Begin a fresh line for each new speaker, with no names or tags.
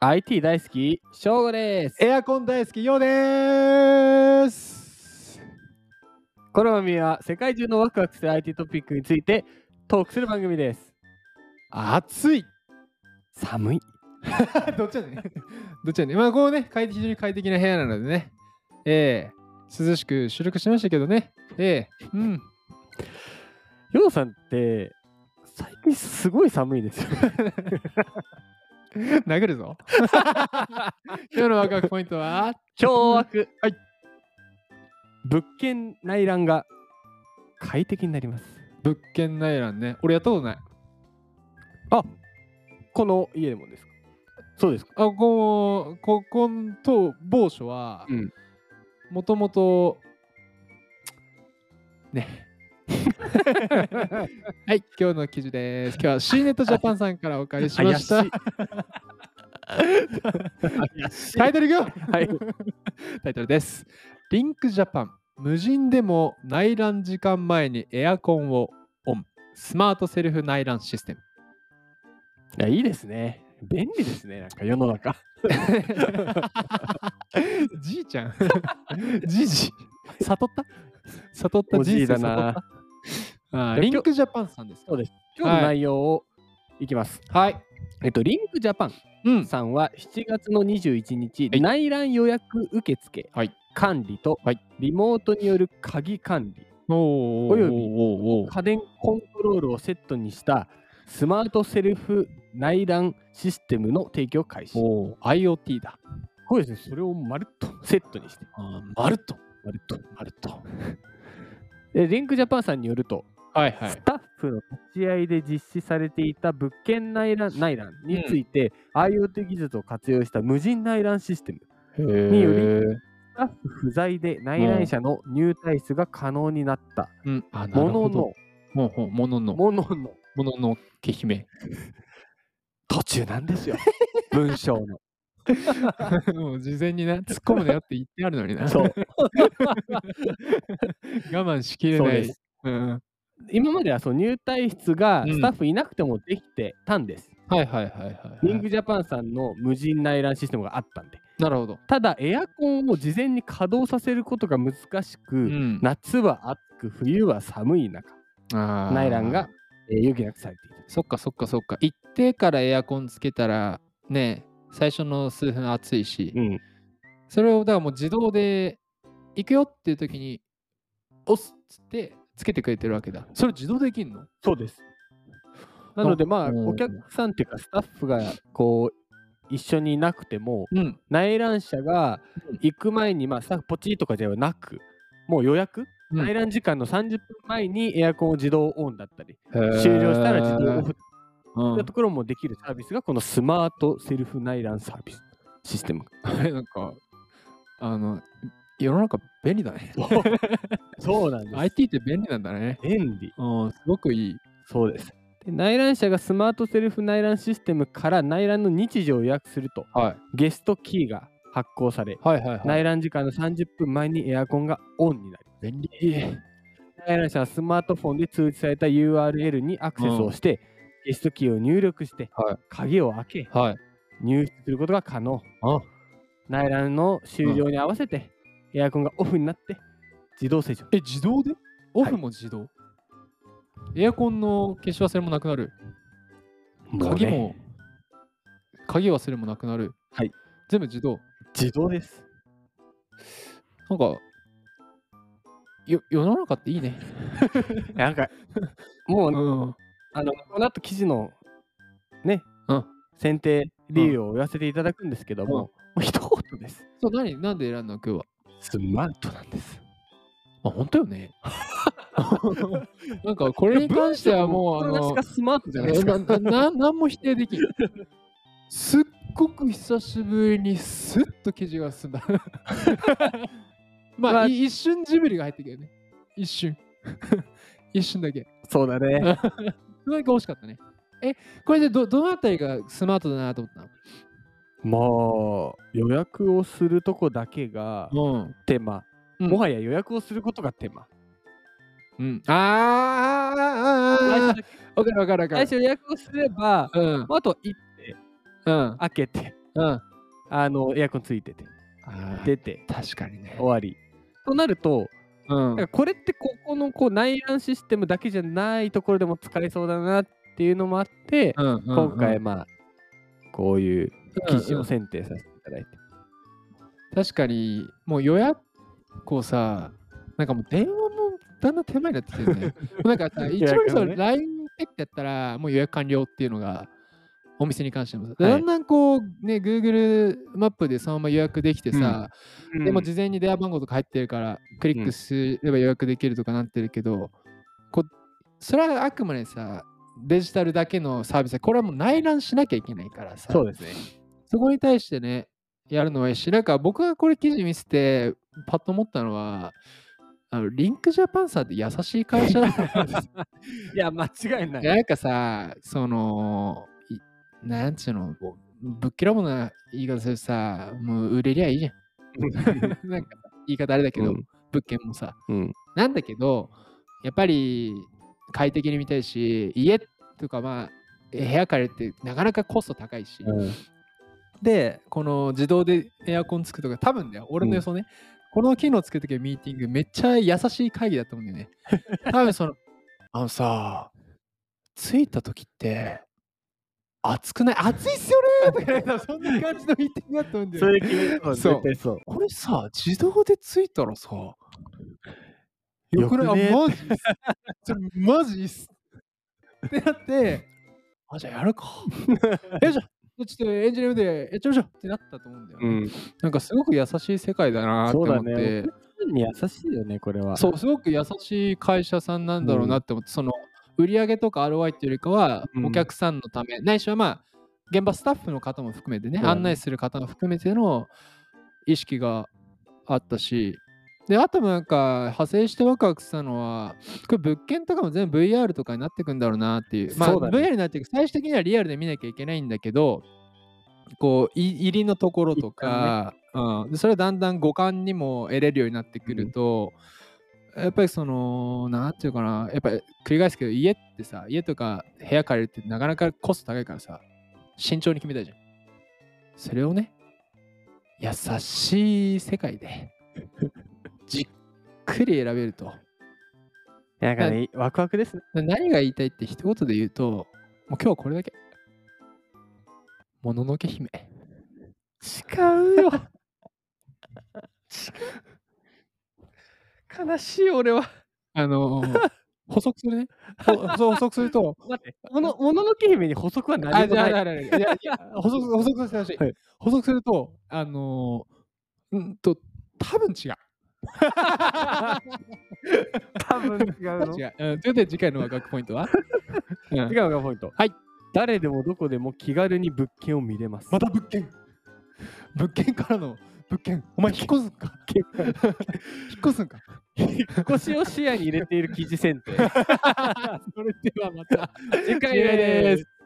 IT 大好き、翔吾です。
エアコン大好きようでーす
この番組は世界中のワクワクする IT トピックについてトークする番組です。
暑い
寒い。
どっちやねん どっちやねんまあこうね快適非常に快適な部屋なのでねええ涼しく収録しましたけどねええうん
ようさんって最近すごい寒いですよね。
殴るぞ 今日のワクワクポイントは
凶悪。
はい。
物件内覧が快適になります。
物件内覧ね俺やったことない
この家でもですかそうですか。
あこうここんと某所は
うん
もともとね はい今日の記事です今日は C ネットジャパンさんからお借りしました
怪 しい
タイトルいくよ
はい。
タイトルですリンクジャパン無人でも内覧時間前にエアコンをオンスマートセルフ内覧シス テム
いや、いいですね。便利ですね。なんか世の中。
じいちゃんじいじ悟った悟った
お
人
じ
生
いだ
悟った
な。
あー
じゃあ
リンクジャパンさんですか
そうです。今日の内容をいきます。
はい。
えっと、リンクジャパン。
うん。
さんは7月の21日、
はい
内覧予約受付、
はい
管理と、
はい
リモートによる鍵管理
おーお
およ
ー
び
おーおー
家電コントロールをセットにしたスマートセルフ内覧システムの提供開始そ
おー IoT だ。
うですねそれをまるっとセットにして
あーまるっと。
まるっとまるっとでリンクジャパンさんによると、
はいは
ス。タッフの立ち会いで実施されていた物件内覧内覧について、IoT 技術を活用した無人内覧システム
に
よりスタッフ不在で内来者の入退室が可能になった
うん。あ、な
も
るほ
の
ど
の。
もうほうものの。
ものの
もののけ姫。
途中なんですよ文章の
もう事前にね、突っ込むなよって言ってあるのに な。
そう
我慢しきれ
そう
な
で
い
す。
うんうん
今まではその入退室が
うん
スタッフいなくてもできてたんです、
はいはいはいはい
リ
は
ンク
い。
ジャパンさんの無人内覧システムがあったんで
なるほど。
ただエアコンを事前に稼働させることが難しく、
うん
夏は暑く冬は寒い中内
内
覧が、。えー余儀なくされていた
そっかそっかそっか。行ってからエアコンつけたら、ね、最初の数分暑いし。
うん
それをだからもう自動で行くよっていう時に押すっつってつけてくれてるわけだ。それ自動でできんの
そうです。なのでまあ
うん
お客さんっていうかスタッフがこう一緒にいなくても
うん。
内覧者が
うん
行く前にまあスタッフポチッとかではなくもう予約、
うん
内覧時間の30分前にエアコンを自動オンだったり終了したら自動オフ
動
というところもできるサービスがこのスマートセルフ内覧サービスシステム。
あ れなんか、あの、世の中便利だね。
そうなんです。
IT って便利なんだね。
便利。
うん、すごくいい。
そうです。で内覧者がスマートセルフ内覧システムから内覧の日時を予約すると
は
ゲストキーが発行され
い。はいはいはい。
内覧時間の30分前にエアコンがオンになり
便利。
内覧者はスマートフォンで通知された URL にアクセスをして、ゲストキーを入力して、
はい
鍵を開け
はい。
入室することが可能
あ
内覧の終了に合わせて、エアコンがオフになって自動施錠
え、自動でオフも自動、エアコンの消し忘れもなくなる。鍵も、鍵忘れもなくなる。
はい。
全部自動。
自動です
なんか、よ世の中っていいね。
なんか もう、
ん。
あのこの後記事のね、
うん
選定理由を言わせていただくんですけども、
うん
もう一言です
そう、何、なんで選んだの今日は。
スマートなんです
あ、本当よ ね。なんか、これに関してはもう、あの、
スマートじゃないですか
なな ななんも否定できない。すっごく久しぶりにスッと記事 が進んだ。まあ、
まあ
い一瞬ジブリが入ってくるね。一瞬。 一瞬だけ。
そうだね
それだけ惜しかったね。え、これでど、どのあたりがスマートだなと思っ
まあ予約をするとこだけが
たのうん。
手間、
うん
もはや予約をすることが手間
うん、あー
最
あーあーあー
初
わかるわかるわか
最初予
る。
約をすれば、
うん
まあ、あとは行って
うん
開けて
うん。
あのエアコンついてて出て
確かにね
終。わり。となると
うん
なんかこれってここのこう内覧システムだけじゃないところでも使えそうだなっていうのもあって、今回まあこういう記事を選定させていただいて。
確かにもう予約こうさなんかもう電話もだんだん手前になってきて るねもうなんかさ一
予
応
約
そ
の
う
ね
LINE ペッてやったらもう予約完了っていうのがお店に関してもさ、
はい
だんだんこうね Google マップでそのまま予約できてさ、でも
うん
事前に電話番号とか入ってるからクリックすれば予約できるとかなってるけど、こうそれはあくまでさデジタルだけのサービスだこれはもう内覧しなきゃいけないからさ
そうですね。
そこに対してね、やるのはいいし、なんか僕がこれ記事見せて、パッと思ったのは、あのリンクジャパンさんって優しい会社だな
いや間違 いない。
なんかさ、その、いなんちゅうの、こうぶっきらぼうな言い方するとさ、もう売れりゃいいじゃん。 なんか言い方あれだけ
う
ど、
ん
物件もさ。
うん
なんだけど、やっぱり快適に見たいし、家とかまあ、部屋借りるってなかなかコスト高いし、で、この自動でエアコンつくとか、多分だよ、俺の予想ね、この機能つけときはミーティング、めっちゃ優しい会議だと思うんだよ ね。多分その、あのさ、着いたときって、暑くない暑いっすよねとかなんか、そんな感じのミーティングだと思うんだ
そ
よね。
れ決めるのは絶対そう。
これさ、自動で着いたらさ、よくない
よくね
あマジっすそれマジいいっすってなって、あ、じゃあやるか。 え、じゃあ、ちょっとエンジニアでやっちゃいましょうってなったと思うんだよね、
うん。
なんかすごく優しい世界だなって
そう
思
だ
っ
ね
て
に優しいよねこれは。
そう,、すごく優しい会社さんなんだろうなって思って、その売り上げとか ROI っていうよりかは
うん
お客さんのため、ないしはまあ現場スタッフの方も含めてね
そうだね
案内する方も含めての意識があったしであともなんか派生してワクワクしたのはこれ物件とかも全部 VR とかになってくんだろうなっていうまあ
そうだね
VR になっていく最終的にはリアルで見なきゃいけないんだけどこうい入りのところとか、うん、でそれだんだん五感にも得れるようになってくると、やっぱりそのなんていうかなやっぱり繰り返すけど家ってさ家とか部屋借りるってなかなかコスト高いからさ慎重に決めたいじゃんそれをね優しい世界でじっくり選べると
なんかねワクワクですね。
で何が言いたいって一言で言うともう今日はこれだけもののけ姫
違うよ。悲しい俺は。
あのー 補足するね。 ほそう補足すると、
待って、ものもののけ姫に補足は何もない。
あじゃあじゃあじゃあいやいや補足補足させてほしい
はい
補足すると、あのー、うんと、多分違う。
多分違う
多
の
分違う。うん、ということで、次回のワクワクポイント は、う ん
違うがポイント。
はい。
誰でもどこでも気軽に物件を見れます。
また物件物件からの物件、お前引っ越すんか引っ越すんか
腰を視野に入れている記事選定。
それではまた
次回です。